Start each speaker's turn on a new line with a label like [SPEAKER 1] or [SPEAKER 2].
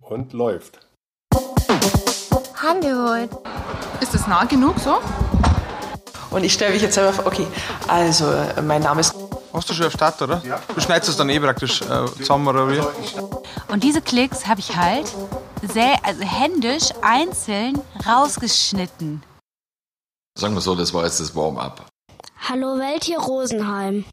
[SPEAKER 1] Und läuft.
[SPEAKER 2] Handgeholt.
[SPEAKER 3] Ist das nah genug so?
[SPEAKER 4] Und ich stelle mich jetzt selber vor, okay, also äh, mein Name ist.
[SPEAKER 5] Hast du schon eine Stadt, oder? Du schneidest es dann eh praktisch äh, zusammen, oder wie?
[SPEAKER 6] Und diese Klicks habe ich halt sel- also händisch einzeln rausgeschnitten.
[SPEAKER 7] Sagen wir so, das war jetzt das Warm-up.
[SPEAKER 8] Hallo Welt hier Rosenheim.